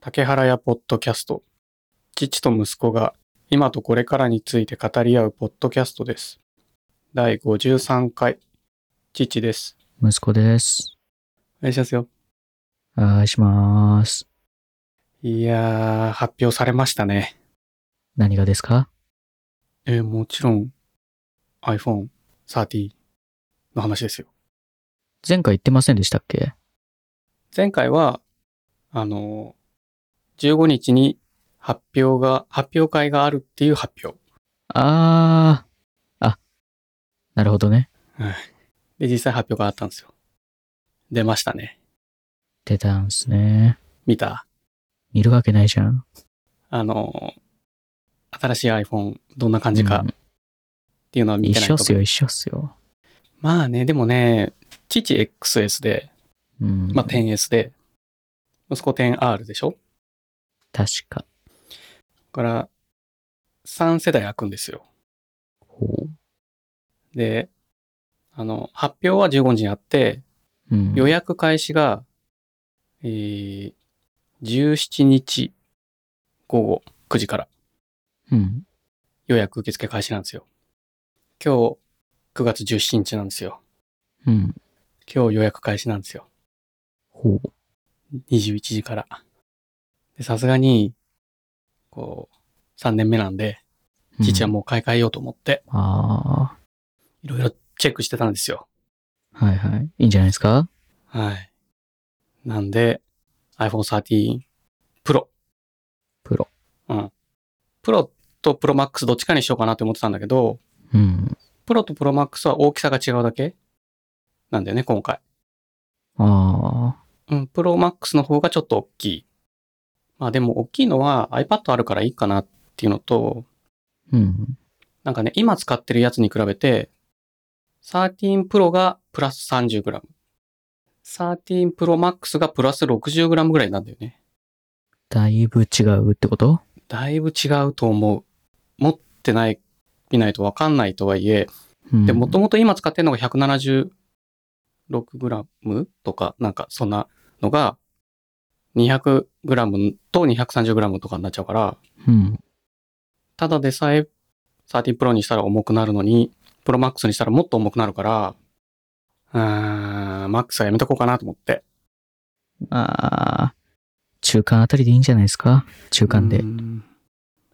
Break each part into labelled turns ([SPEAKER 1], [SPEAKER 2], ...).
[SPEAKER 1] 竹原屋ポッドキャスト。父と息子が今とこれからについて語り合うポッドキャストです。第53回。父です。
[SPEAKER 2] 息子です。
[SPEAKER 1] お願いしますよ。
[SPEAKER 2] お願いします。
[SPEAKER 1] いやー、発表されましたね。
[SPEAKER 2] 何がですか
[SPEAKER 1] えーもちろん iPhone 30の話ですよ。
[SPEAKER 2] 前回言ってませんでしたっけ
[SPEAKER 1] 前回は、あのー、15日に発表が、発表会があるっていう発表。
[SPEAKER 2] あー、あ、なるほどね。
[SPEAKER 1] で、実際発表があったんですよ。出ましたね。
[SPEAKER 2] 出たんすね。
[SPEAKER 1] 見た
[SPEAKER 2] 見るわけないじゃん。
[SPEAKER 1] あの、新しい iPhone どんな感じか
[SPEAKER 2] う
[SPEAKER 1] っ
[SPEAKER 2] ん
[SPEAKER 1] ていうのは見
[SPEAKER 2] 一
[SPEAKER 1] てない
[SPEAKER 2] 緒
[SPEAKER 1] と、
[SPEAKER 2] っすよ、一緒っすよ。
[SPEAKER 1] まあね、でもね、父 XS で、
[SPEAKER 2] うん。
[SPEAKER 1] まあ 10S で、息子 10R でしょだ
[SPEAKER 2] 確か。
[SPEAKER 1] から、3世代開くんですよ。
[SPEAKER 2] ほ
[SPEAKER 1] で、あの、発表は15日にあって、
[SPEAKER 2] う。うん。
[SPEAKER 1] 予約開始が、えー、17日午後9時から
[SPEAKER 2] うん。
[SPEAKER 1] 予約受付開始なんですよ。今日9月17日なんですよ。
[SPEAKER 2] うん。
[SPEAKER 1] 今日予約開始なんですよ。
[SPEAKER 2] ほう。
[SPEAKER 1] 21時から。でさすがに、こう、3年目なんで、
[SPEAKER 2] うん
[SPEAKER 1] 父はもう買い替えようと思って、
[SPEAKER 2] あ
[SPEAKER 1] いろいろチェックしてたんですよ。
[SPEAKER 2] ー、はいはい。いいんじゃないですか
[SPEAKER 1] はい。なんで、iPhone 13 Pro。
[SPEAKER 2] プロ。
[SPEAKER 1] うん。Pro と Pro Max どっちかにしようかなって思ってたんだけど、
[SPEAKER 2] うん。
[SPEAKER 1] Pro と Pro Max は大きさが違うだけなんだよね、今回。
[SPEAKER 2] あ
[SPEAKER 1] うん、Pro Max の方がちょっと大きい。まあでも大きいのは iPad あるからいいかなっていうのと、
[SPEAKER 2] ー、うん。
[SPEAKER 1] なんかね、今使ってるやつに比べて、13 Pro がプラス 30g。13 Pro Max がプラス 60g ぐらいなんだよね。
[SPEAKER 2] だいぶ違うってこと
[SPEAKER 1] だいぶ違うと思う。持ってない、見ないとわかんないとはいえ、
[SPEAKER 2] うん。
[SPEAKER 1] で、もともと今使ってるのが 176g とか、なんかそんなのが、200g と 230g とかになっちゃうから、
[SPEAKER 2] うん。
[SPEAKER 1] ただでさえ13 Pro にしたら重くなるのに、Pro Max にしたらもっと重くなるから、うーん、Max はやめとこうかなと思って。
[SPEAKER 2] あー、中間あたりでいいんじゃないですか中間で
[SPEAKER 1] う。ん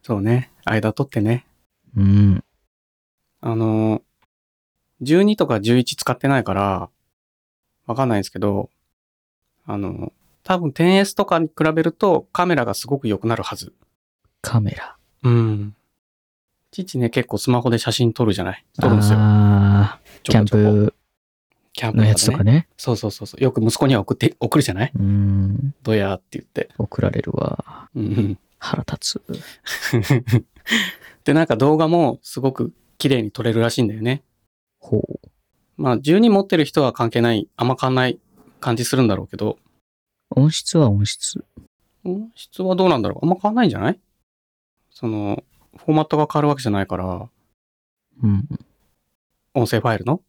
[SPEAKER 1] そうね。間取ってね。
[SPEAKER 2] うん。
[SPEAKER 1] あのー、12とか11使ってないから、わかんないんですけど、あの、多分 10S とかに比べるとカメラがすごく良くなるはず。
[SPEAKER 2] カメラ。
[SPEAKER 1] うん。父ね、結構スマホで写真撮るじゃない撮るんですよ。
[SPEAKER 2] あー
[SPEAKER 1] ち
[SPEAKER 2] キャ
[SPEAKER 1] ょ
[SPEAKER 2] ン
[SPEAKER 1] こちょこ
[SPEAKER 2] プ
[SPEAKER 1] キャンプ
[SPEAKER 2] のやつと
[SPEAKER 1] ね
[SPEAKER 2] かね。
[SPEAKER 1] そうそうそうそう。よく息子には送って、送るじゃないう
[SPEAKER 2] ーん。
[SPEAKER 1] どやーって言って。
[SPEAKER 2] 送られるわ。
[SPEAKER 1] うん
[SPEAKER 2] 腹立つ。
[SPEAKER 1] うん。 で、なんか動画もすごく綺麗に撮れるらしいんだよね。
[SPEAKER 2] ほう。
[SPEAKER 1] まあ、12持ってる人は関係ない、あんま変わんない感じするんだろうけど、
[SPEAKER 2] 音質は音質。
[SPEAKER 1] 音質はどうなんだろうあんま変わんないんじゃないその、フォーマットが変わるわけじゃないから、
[SPEAKER 2] うん。
[SPEAKER 1] 音声ファイルの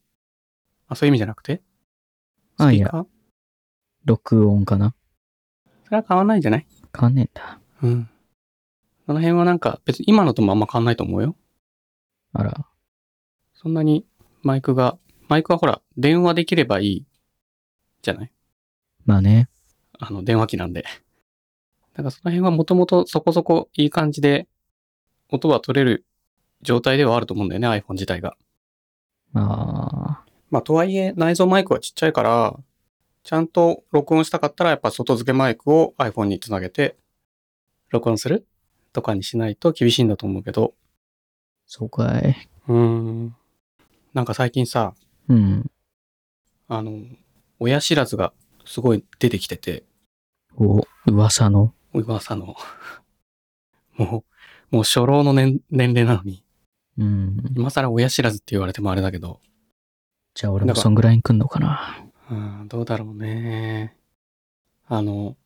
[SPEAKER 1] あ、そういう意味じゃなくて
[SPEAKER 2] あ
[SPEAKER 1] ス
[SPEAKER 2] い
[SPEAKER 1] ピー
[SPEAKER 2] や、
[SPEAKER 1] カー
[SPEAKER 2] 録音かな。
[SPEAKER 1] それは変わんないんじゃない
[SPEAKER 2] 変わんねえんだ。
[SPEAKER 1] うん。その辺はなんか、別に今のともあんま変わんないと思うよ。
[SPEAKER 2] あら。
[SPEAKER 1] そんなにマイクが、マイクはほら、電話できればいいじゃない
[SPEAKER 2] まあね。
[SPEAKER 1] あの、電話機なんで。なんかその辺はもともとそこそこいい感じで、音は取れる状態ではあると思うんだよね、iPhone 自体が。
[SPEAKER 2] あ
[SPEAKER 1] まあ、とはいえ、内蔵マイクはちっちゃいから、ちゃんと録音したかったら、やっぱ外付けマイクを iPhone につなげて、録音するとかにしないと厳しいんだと思うけど。
[SPEAKER 2] ー、そうかい。
[SPEAKER 1] うーん。なんか最近さ、
[SPEAKER 2] うん。
[SPEAKER 1] あの、親知らずがすごい出てきてて、
[SPEAKER 2] お、噂の。
[SPEAKER 1] 噂の、もう、もう初老の年年齢なのに、
[SPEAKER 2] うん。
[SPEAKER 1] 今更親知らずって言われてもあれだけど、
[SPEAKER 2] じゃあ俺
[SPEAKER 1] な
[SPEAKER 2] も
[SPEAKER 1] んか
[SPEAKER 2] そんぐらいに来んのかな。
[SPEAKER 1] うん、どうだろうね。あの、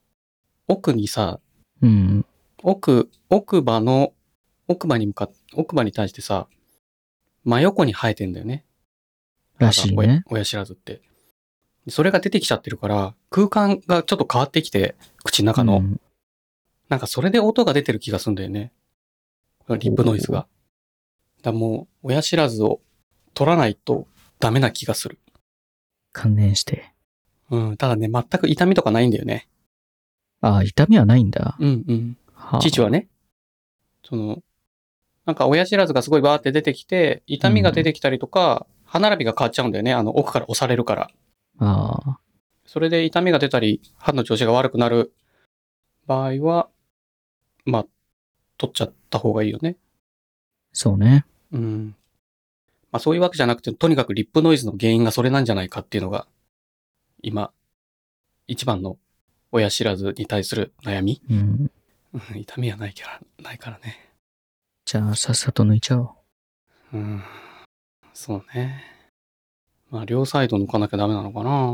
[SPEAKER 1] 奥にさ、
[SPEAKER 2] うん。
[SPEAKER 1] 奥、奥歯の、奥歯に向かっ奥歯に対してさ、真横に生えてんだよね。
[SPEAKER 2] らし
[SPEAKER 1] 歯
[SPEAKER 2] いね。
[SPEAKER 1] が親親知らずって。それが出てきちゃってるから、空間がちょっと変わってきて、口の中の。
[SPEAKER 2] うん
[SPEAKER 1] なんかそれで音が出てる気がするんだよね。このリップノイズが。だからもう、親知らずを取らないとダメな気がする。
[SPEAKER 2] 関連して。
[SPEAKER 1] うん。ただね、全く痛みとかないんだよね。
[SPEAKER 2] ああ、痛みはないんだ。
[SPEAKER 1] うんうん。
[SPEAKER 2] はあ
[SPEAKER 1] 父はね、その、なんか親知らずがすごいバーって出てきて、痛みが出てきたりとか、歯並びが変わっちゃうんだよね。あの、奥から押されるから。
[SPEAKER 2] ああ。
[SPEAKER 1] それで痛みが出たり、歯の調子が悪くなる場合は、まあ、取っちゃった方がいいよね。
[SPEAKER 2] そうね。
[SPEAKER 1] うん。まあそういうわけじゃなくて、とにかくリップノイズの原因がそれなんじゃないかっていうのが、今、一番の親知らずに対する悩み。
[SPEAKER 2] うん。
[SPEAKER 1] うん痛みはないから、ないからね。
[SPEAKER 2] じゃあ、さっさと抜いちゃおう。
[SPEAKER 1] うん。そうね。まあ、両サイド抜かなきゃダメなのかな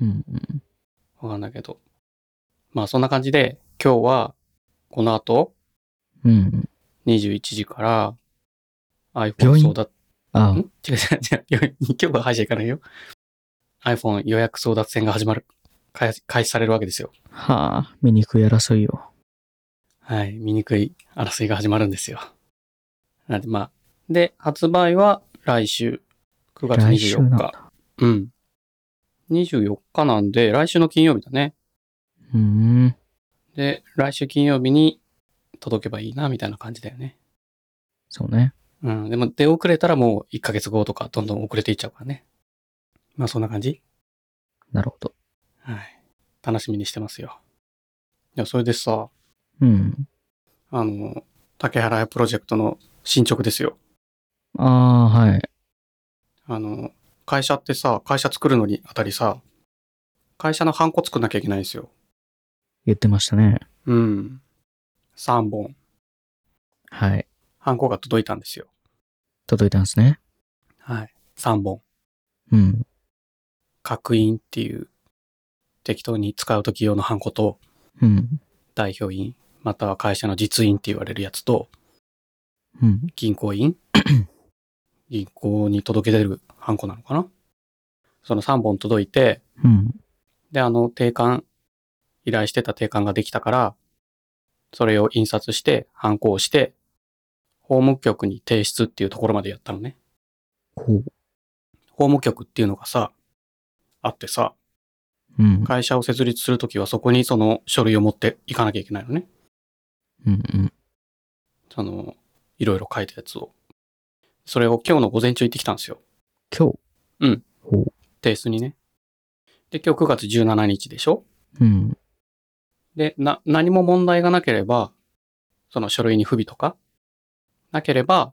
[SPEAKER 2] うん。
[SPEAKER 1] わかんないけど。まあ、そんな感じで、今日は、この後、
[SPEAKER 2] うん。
[SPEAKER 1] 21時から、
[SPEAKER 2] 病
[SPEAKER 1] iPhone
[SPEAKER 2] 院
[SPEAKER 1] 争奪、ん
[SPEAKER 2] ああ
[SPEAKER 1] 違う 違う違う。今日は歯医者行かないよ。iPhone 予約争奪戦が始まる、開開始されるわけですよ。。
[SPEAKER 2] はあ。醜い争いを。
[SPEAKER 1] はい。醜い争いが始まるんですよ。なんで、まあ。で、発売は来週、9月
[SPEAKER 2] 来週
[SPEAKER 1] 24
[SPEAKER 2] なん
[SPEAKER 1] 日。
[SPEAKER 2] だ。
[SPEAKER 1] うん。24日なんで、来週の金曜日だね。
[SPEAKER 2] うん。
[SPEAKER 1] で、来週金曜日に届けばいいな、みたいな感じだよね。
[SPEAKER 2] そうね。
[SPEAKER 1] うん。でも、出遅れたらもう1ヶ月後とか、どんどん遅れていっちゃうからね。まあ、そんな感じ
[SPEAKER 2] なるほど。
[SPEAKER 1] はい。楽しみにしてますよ。いや、それでさ、
[SPEAKER 2] うん。
[SPEAKER 1] あの、竹原屋プロジェクトの進捗ですよ。
[SPEAKER 2] ああ、はい。
[SPEAKER 1] あの、会社ってさ、会社作るのにあたりさ、会社のハンコ作んなきゃいけないんですよ。
[SPEAKER 2] 言ってましたね。
[SPEAKER 1] うん。3本、
[SPEAKER 2] はい。
[SPEAKER 1] ハンコが届いたんですよ。
[SPEAKER 2] 届いたんですね。
[SPEAKER 1] はい。3本。
[SPEAKER 2] うん。
[SPEAKER 1] 角印っていう、適当に使うとき用のハンコと、
[SPEAKER 2] うん。
[SPEAKER 1] 代表印、または会社の実印って言われるやつと、
[SPEAKER 2] うん。
[SPEAKER 1] 銀行印銀行に届け出るハンコなのかなその3本届いて、
[SPEAKER 2] うん。
[SPEAKER 1] で、あの、定款、依頼してた定款ができたから、それを印刷して、ハンコをして、法務局に提出っていうところまでやったのね。
[SPEAKER 2] こう。
[SPEAKER 1] 法務局っていうのがさ、あってさ、
[SPEAKER 2] うん。
[SPEAKER 1] 会社を設立するときはそこにその書類を持っていかなきゃいけないのね。
[SPEAKER 2] うん。うん。
[SPEAKER 1] その、いろいろ書いたやつを。それを今日の午前中行ってきたんですよ。
[SPEAKER 2] 今日。
[SPEAKER 1] うん。
[SPEAKER 2] ほう。
[SPEAKER 1] 提出にね。で、今日9月17日でしょ
[SPEAKER 2] うん。
[SPEAKER 1] で、な、何も問題がなければ、その書類に不備とか、なければ、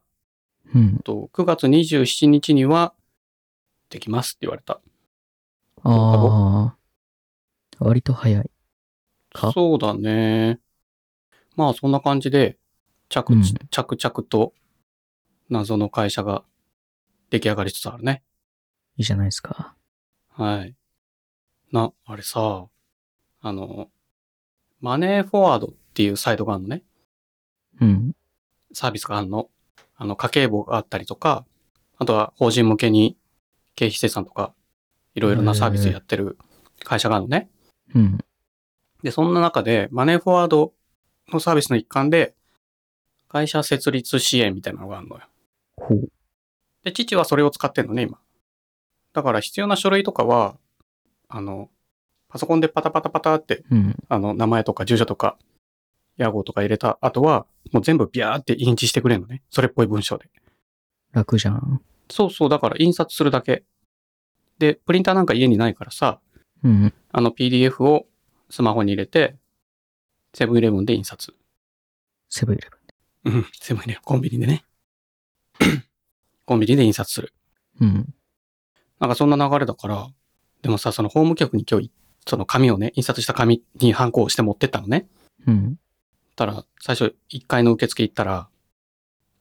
[SPEAKER 2] うん。
[SPEAKER 1] と9月27日には、できますって言われた。
[SPEAKER 2] ああ。割と早い。か
[SPEAKER 1] そうだね。まあそんな感じで、着、
[SPEAKER 2] うん
[SPEAKER 1] 着々と謎の会社が出来上がりつつあるね。
[SPEAKER 2] いいじゃないですか。
[SPEAKER 1] はい。な、あれさ、あの、マネーフォワードっていうサイトがあるのね。
[SPEAKER 2] うん。
[SPEAKER 1] サービスがあるの。あの、家計簿があったりとか、あとは法人向けに経費生産とか、いろいろなサービスやってる会社があるのね。
[SPEAKER 2] うん。
[SPEAKER 1] で、そんな中で、マネーフォワードのサービスの一環で、会社設立支援みたいなのがあるのよ。
[SPEAKER 2] ほう。
[SPEAKER 1] で、父はそれを使ってんのね、今。だから必要な書類とかは、あの、パソコンでパタパタパタって、
[SPEAKER 2] うん。
[SPEAKER 1] あの、名前とか住所とか、屋号とか入れた後は、もう全部ビャーって印字してくれるのね。それっぽい文章で。
[SPEAKER 2] 楽じゃん。
[SPEAKER 1] そうそう、だから印刷するだけ。で、プリンターなんか家にないからさ、
[SPEAKER 2] うん。
[SPEAKER 1] あの PDF をスマホに入れて、セブンイレブンで印刷。
[SPEAKER 2] セブンイレ
[SPEAKER 1] うん、セブンイレブンコンビニでね。 コンビニで印刷する。
[SPEAKER 2] ブン。うん。
[SPEAKER 1] なんかそんな流れだから、でもさ、その法務局に今日、その紙をね、印刷した紙に反抗して持ってったのね。
[SPEAKER 2] うん。
[SPEAKER 1] たら、最初1階の受付行ったら、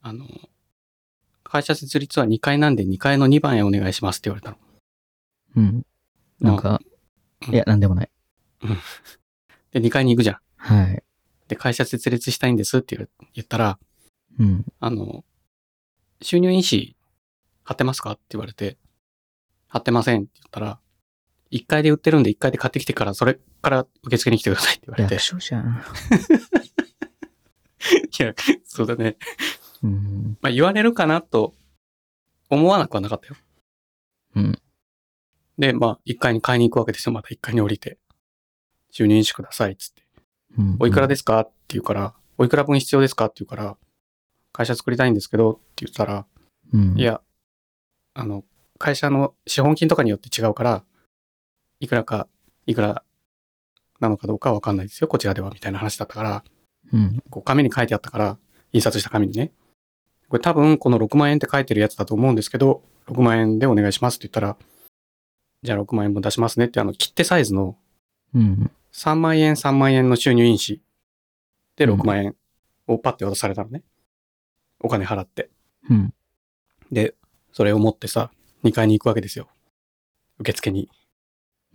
[SPEAKER 1] あの、会社設立は2階なんで2階の2番へお願いしますって言われたの。
[SPEAKER 2] うん。なんか、
[SPEAKER 1] うん
[SPEAKER 2] いや、なんでもない。
[SPEAKER 1] で、2階に行くじゃん。
[SPEAKER 2] はい。
[SPEAKER 1] で、会社設立したいんですって言われ言ったら、
[SPEAKER 2] うん。
[SPEAKER 1] あの、収入印紙貼ってますかって言われて、貼ってませんって言ったら、 1階で売ってるんで1階で買ってきてから、それから受付に来てくださいって言われて
[SPEAKER 2] 役。所じゃん。
[SPEAKER 1] いや、そうだね。
[SPEAKER 2] うん。
[SPEAKER 1] まあ言われるかなと思わなくはなかったよ。
[SPEAKER 2] うん。
[SPEAKER 1] で、まあ1階に買いに行くわけですよ。また1階に降りて。12インチくださいっつって。
[SPEAKER 2] うん、
[SPEAKER 1] おいくら
[SPEAKER 2] で
[SPEAKER 1] ですかって言うから、おいくら分必要ですかって言うから、会社作りたいんですけどって言ったら、
[SPEAKER 2] うん。
[SPEAKER 1] い。や、あの、会社の資本金とかによって違うから、いくらか、いくらなのかどうかはわかんないですよ、こちらでは、みたいな話だったから、
[SPEAKER 2] うん。
[SPEAKER 1] こう紙に書いてあったから、印刷した紙にね。これ多分この6万円って書いてるやつだと思うんですけど、6万円でお願いしますって言ったら、じゃあ6万円も出しますねって、あの、切手サイズの
[SPEAKER 2] うん。
[SPEAKER 1] 3万円、3万円の収入印紙で
[SPEAKER 2] うん
[SPEAKER 1] 6万円をパッて渡されたのね。お金払って。
[SPEAKER 2] うん。
[SPEAKER 1] で、それを持ってさ、2階に行くわけですよ。受付に。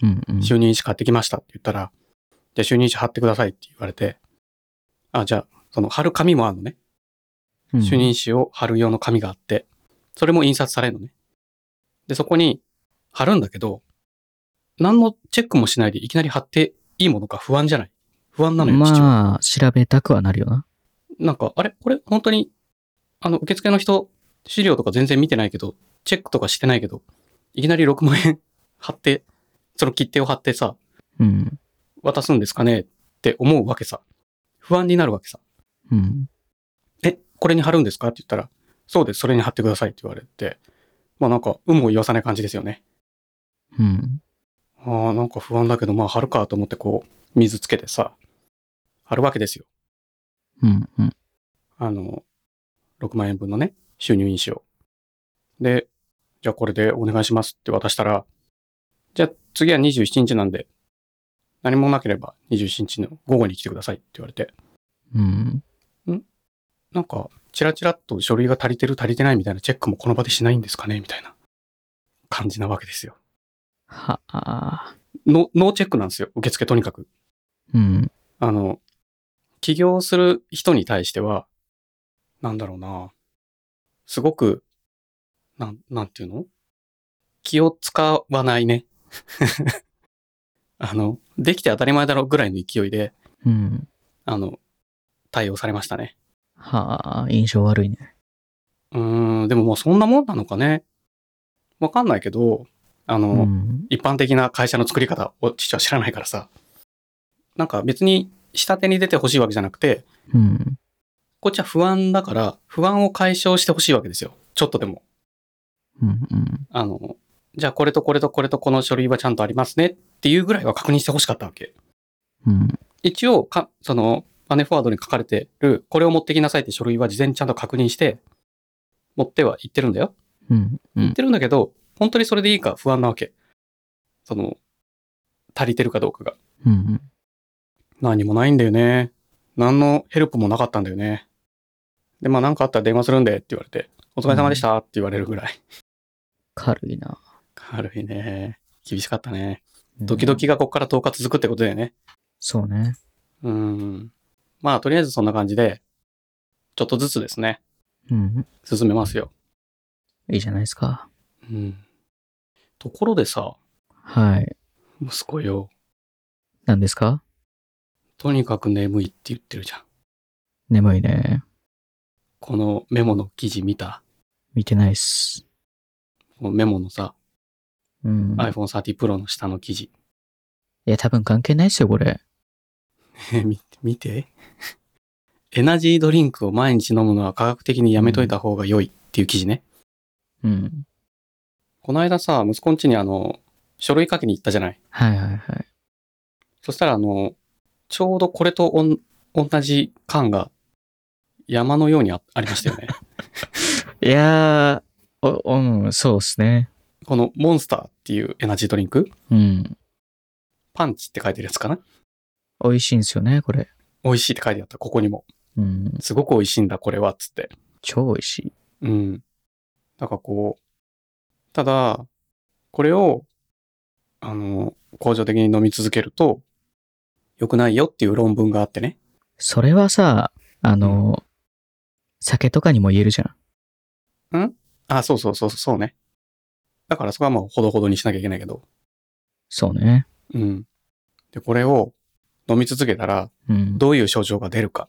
[SPEAKER 2] うん。うん。
[SPEAKER 1] 就任紙買ってきましたって言ったら、じゃあ就任紙貼ってくださいって言われて、あ、じゃあ、その貼る紙もあるのね。
[SPEAKER 2] うん
[SPEAKER 1] 就任紙を貼る用の紙があって、それも印刷されるのね。で、そこに貼るんだけど、何のチェックもしないでいきなり貼っていいものか不安じゃない不安なのよ、父親
[SPEAKER 2] まあ、調べたくはなるよな。
[SPEAKER 1] なんか、あれこれ本当に、あの、受付の人、資料とか全然見てないけど、チェックとかしてないけど、いきなり6万円貼って、その切手を貼ってさ、
[SPEAKER 2] うん。
[SPEAKER 1] 渡すんですかねって思うわけさ。不安になるわけさ。
[SPEAKER 2] うん。
[SPEAKER 1] え、これに貼るんですかって言ったら、そうです、それに貼ってくださいって言われて、まあなんか、有無を言わさない感じですよね。
[SPEAKER 2] うん。
[SPEAKER 1] ああ、なんか不安だけど、まあ貼るかと思ってこう、水つけてさ、貼るわけですよ。
[SPEAKER 2] うん。うん。
[SPEAKER 1] あの、6万円分のね、収入印紙を。で、じゃあこれでお願いしますって渡したら、じゃあ次は27日なんで、何もなければ27日の午後に来てくださいって言われて、
[SPEAKER 2] うん。
[SPEAKER 1] なんか、チラチラっと書類が足りてる足りてないみたいなチェックもこの場でしないんですかねみたいな感じなわけですよ。
[SPEAKER 2] はあ。
[SPEAKER 1] ノノーチェックなんですよ。受付とにかく。
[SPEAKER 2] うん。
[SPEAKER 1] あの、起業する人に対しては、なんだろうな、すごく、なん、なんていうの気を使わないね。 あの、できて当たり前だろうぐらいの勢いで、
[SPEAKER 2] うん。
[SPEAKER 1] あの、対応されましたね。
[SPEAKER 2] はあ。印象悪いね。
[SPEAKER 1] うーん、でももうそんなもんなのかね。わかんないけど、あの、
[SPEAKER 2] うん。
[SPEAKER 1] 一般的な会社の作り方を父は知らないからさ、なんか別に下手に出てほしいわけじゃなくて、
[SPEAKER 2] うん。
[SPEAKER 1] こっちは不安だから、不安を解消してほしいわけですよ。ちょっとでも。
[SPEAKER 2] うん。うん。
[SPEAKER 1] あの、じゃあこれとこれとこれとこの書類はちゃんとありますねっていうぐらいは確認してほしかったわけ。
[SPEAKER 2] うん。
[SPEAKER 1] 一応か、その、マネーフォワードに書かれてる、これを持ってきなさいって書類は事前にちゃんと確認して、持っては言ってるんだよ。
[SPEAKER 2] うん。う
[SPEAKER 1] 言っ
[SPEAKER 2] ん。
[SPEAKER 1] てるんだけど、本当にそれでいいか不安なわけ。その、足りてるかどうかが。
[SPEAKER 2] うん。
[SPEAKER 1] 何もないんだよね。何のヘルプもなかったんだよね。で、まあなんかあったら電話するんでって言われて、お疲れ様でしたって言われるぐらい。
[SPEAKER 2] 軽いな。
[SPEAKER 1] 軽いね。厳しかったね。
[SPEAKER 2] うん
[SPEAKER 1] ドキドキ。がここから10日続くってことだよね。
[SPEAKER 2] そうね。
[SPEAKER 1] うん。まあ、とりあえずそんな感じで、ちょっとずつですね、
[SPEAKER 2] うん。
[SPEAKER 1] 進めますよ。
[SPEAKER 2] いいじゃないですか。
[SPEAKER 1] うん。ところでさ、
[SPEAKER 2] はい。
[SPEAKER 1] 息子よ、
[SPEAKER 2] 何ですか
[SPEAKER 1] とにかく眠いって言ってるじゃん。
[SPEAKER 2] 眠いね。
[SPEAKER 1] このメモの記事見た
[SPEAKER 2] 見てないっす。
[SPEAKER 1] このメモのさ、
[SPEAKER 2] うん。い。
[SPEAKER 1] iPhone 30 Pro の下の記事。
[SPEAKER 2] や、多分関係ないっすよ、これ。
[SPEAKER 1] え、見て、見 て。エナジードリンクを毎日飲むのは科学的にやめといた方が良いっていう記事ね。
[SPEAKER 2] うん。
[SPEAKER 1] この間さ、息子ん家にあの、書類書きに行ったじゃない
[SPEAKER 2] はいはいはい。
[SPEAKER 1] そしたら、あの、ちょうどこれとおん同じ缶が山のようにあありましたよね。
[SPEAKER 2] いやー、お、うん、そうっすね。
[SPEAKER 1] このモンスターっていうエナジードリンク、
[SPEAKER 2] うん。
[SPEAKER 1] パンチって書いてるやつかな
[SPEAKER 2] 美味しいんすよね、これ。
[SPEAKER 1] 美味しいって書いてあった、ここにも。
[SPEAKER 2] うん。
[SPEAKER 1] すごく美味しいんだ、これは、つって。
[SPEAKER 2] 超美味しい。
[SPEAKER 1] うん。なんかこう、ただ、これを、あの、恒常的に飲み続けると、良くないよっていう論文があってね。
[SPEAKER 2] それはさ、あの、酒とかにも言えるじゃん。
[SPEAKER 1] あ、そうそうそう、そうね。だからそこはまあ、ほどほどにしなきゃいけないけど。
[SPEAKER 2] そうね。
[SPEAKER 1] うん。で、これを飲み続けたら、
[SPEAKER 2] うん。
[SPEAKER 1] どういう症状が出るか。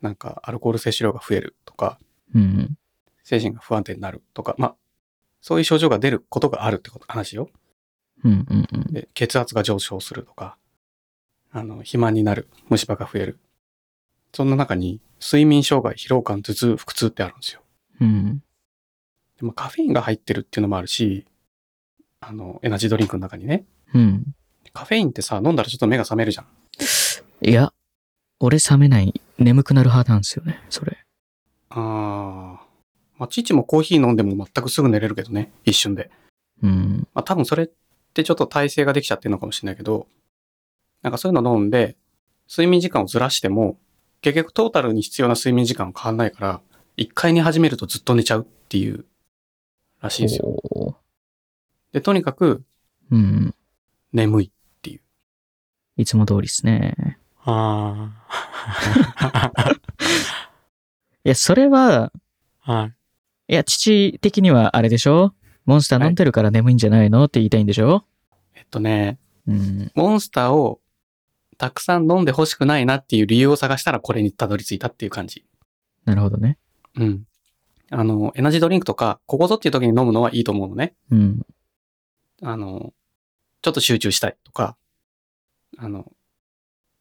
[SPEAKER 1] なんか、アルコール摂取量が増えるとか、
[SPEAKER 2] うん。
[SPEAKER 1] 精神が不安定になるとか、まあ、そういう症状が出ることがあるってこと、話よ。
[SPEAKER 2] うん。うん。うん
[SPEAKER 1] で、血圧が上昇するとか、あの、肥満になる、虫歯が増える。そんな中に、睡眠障害、疲労感、頭痛、腹痛ってあるんですよ。
[SPEAKER 2] うん。
[SPEAKER 1] でもカフェインが入ってるっていうのもあるし、あの、エナジードリンクの中にね。
[SPEAKER 2] うん。
[SPEAKER 1] カフェインってさ、飲んだらちょっと目が覚めるじゃん。
[SPEAKER 2] いや、俺冷めない、眠くなる派なんですよね、それ。
[SPEAKER 1] あー。まあ、父もコーヒー飲んでも全くすぐ寝れるけどね。一瞬で。
[SPEAKER 2] うん。
[SPEAKER 1] まあ、多分それってちょっと体勢ができちゃってるのかもしれないけど、なんかそういうの飲んで、睡眠時間をずらしても、結局トータルに必要な睡眠時間は変わんないから、一回寝始めるとずっと寝ちゃうっていう、らしいんですよ。
[SPEAKER 2] おー
[SPEAKER 1] で、とにかく
[SPEAKER 2] うん。
[SPEAKER 1] 眠い。
[SPEAKER 2] いつも通りですね。
[SPEAKER 1] あ
[SPEAKER 2] いや、それは、
[SPEAKER 1] あ。はい。
[SPEAKER 2] いや、父的にはあれでしょモンスター飲んでるから眠いんじゃないのって言いたいんでしょ
[SPEAKER 1] えっとね、
[SPEAKER 2] うん。
[SPEAKER 1] モンスターをたくさん飲んでほしくないなっていう理由を探したらこれにたどり着いたっていう感じ。
[SPEAKER 2] なるほどね。
[SPEAKER 1] うん。あの、エナジードリンクとか、ここぞっていう時に飲むのはいいと思うのね。
[SPEAKER 2] うん。
[SPEAKER 1] あの、ちょっと集中したいとか、あの、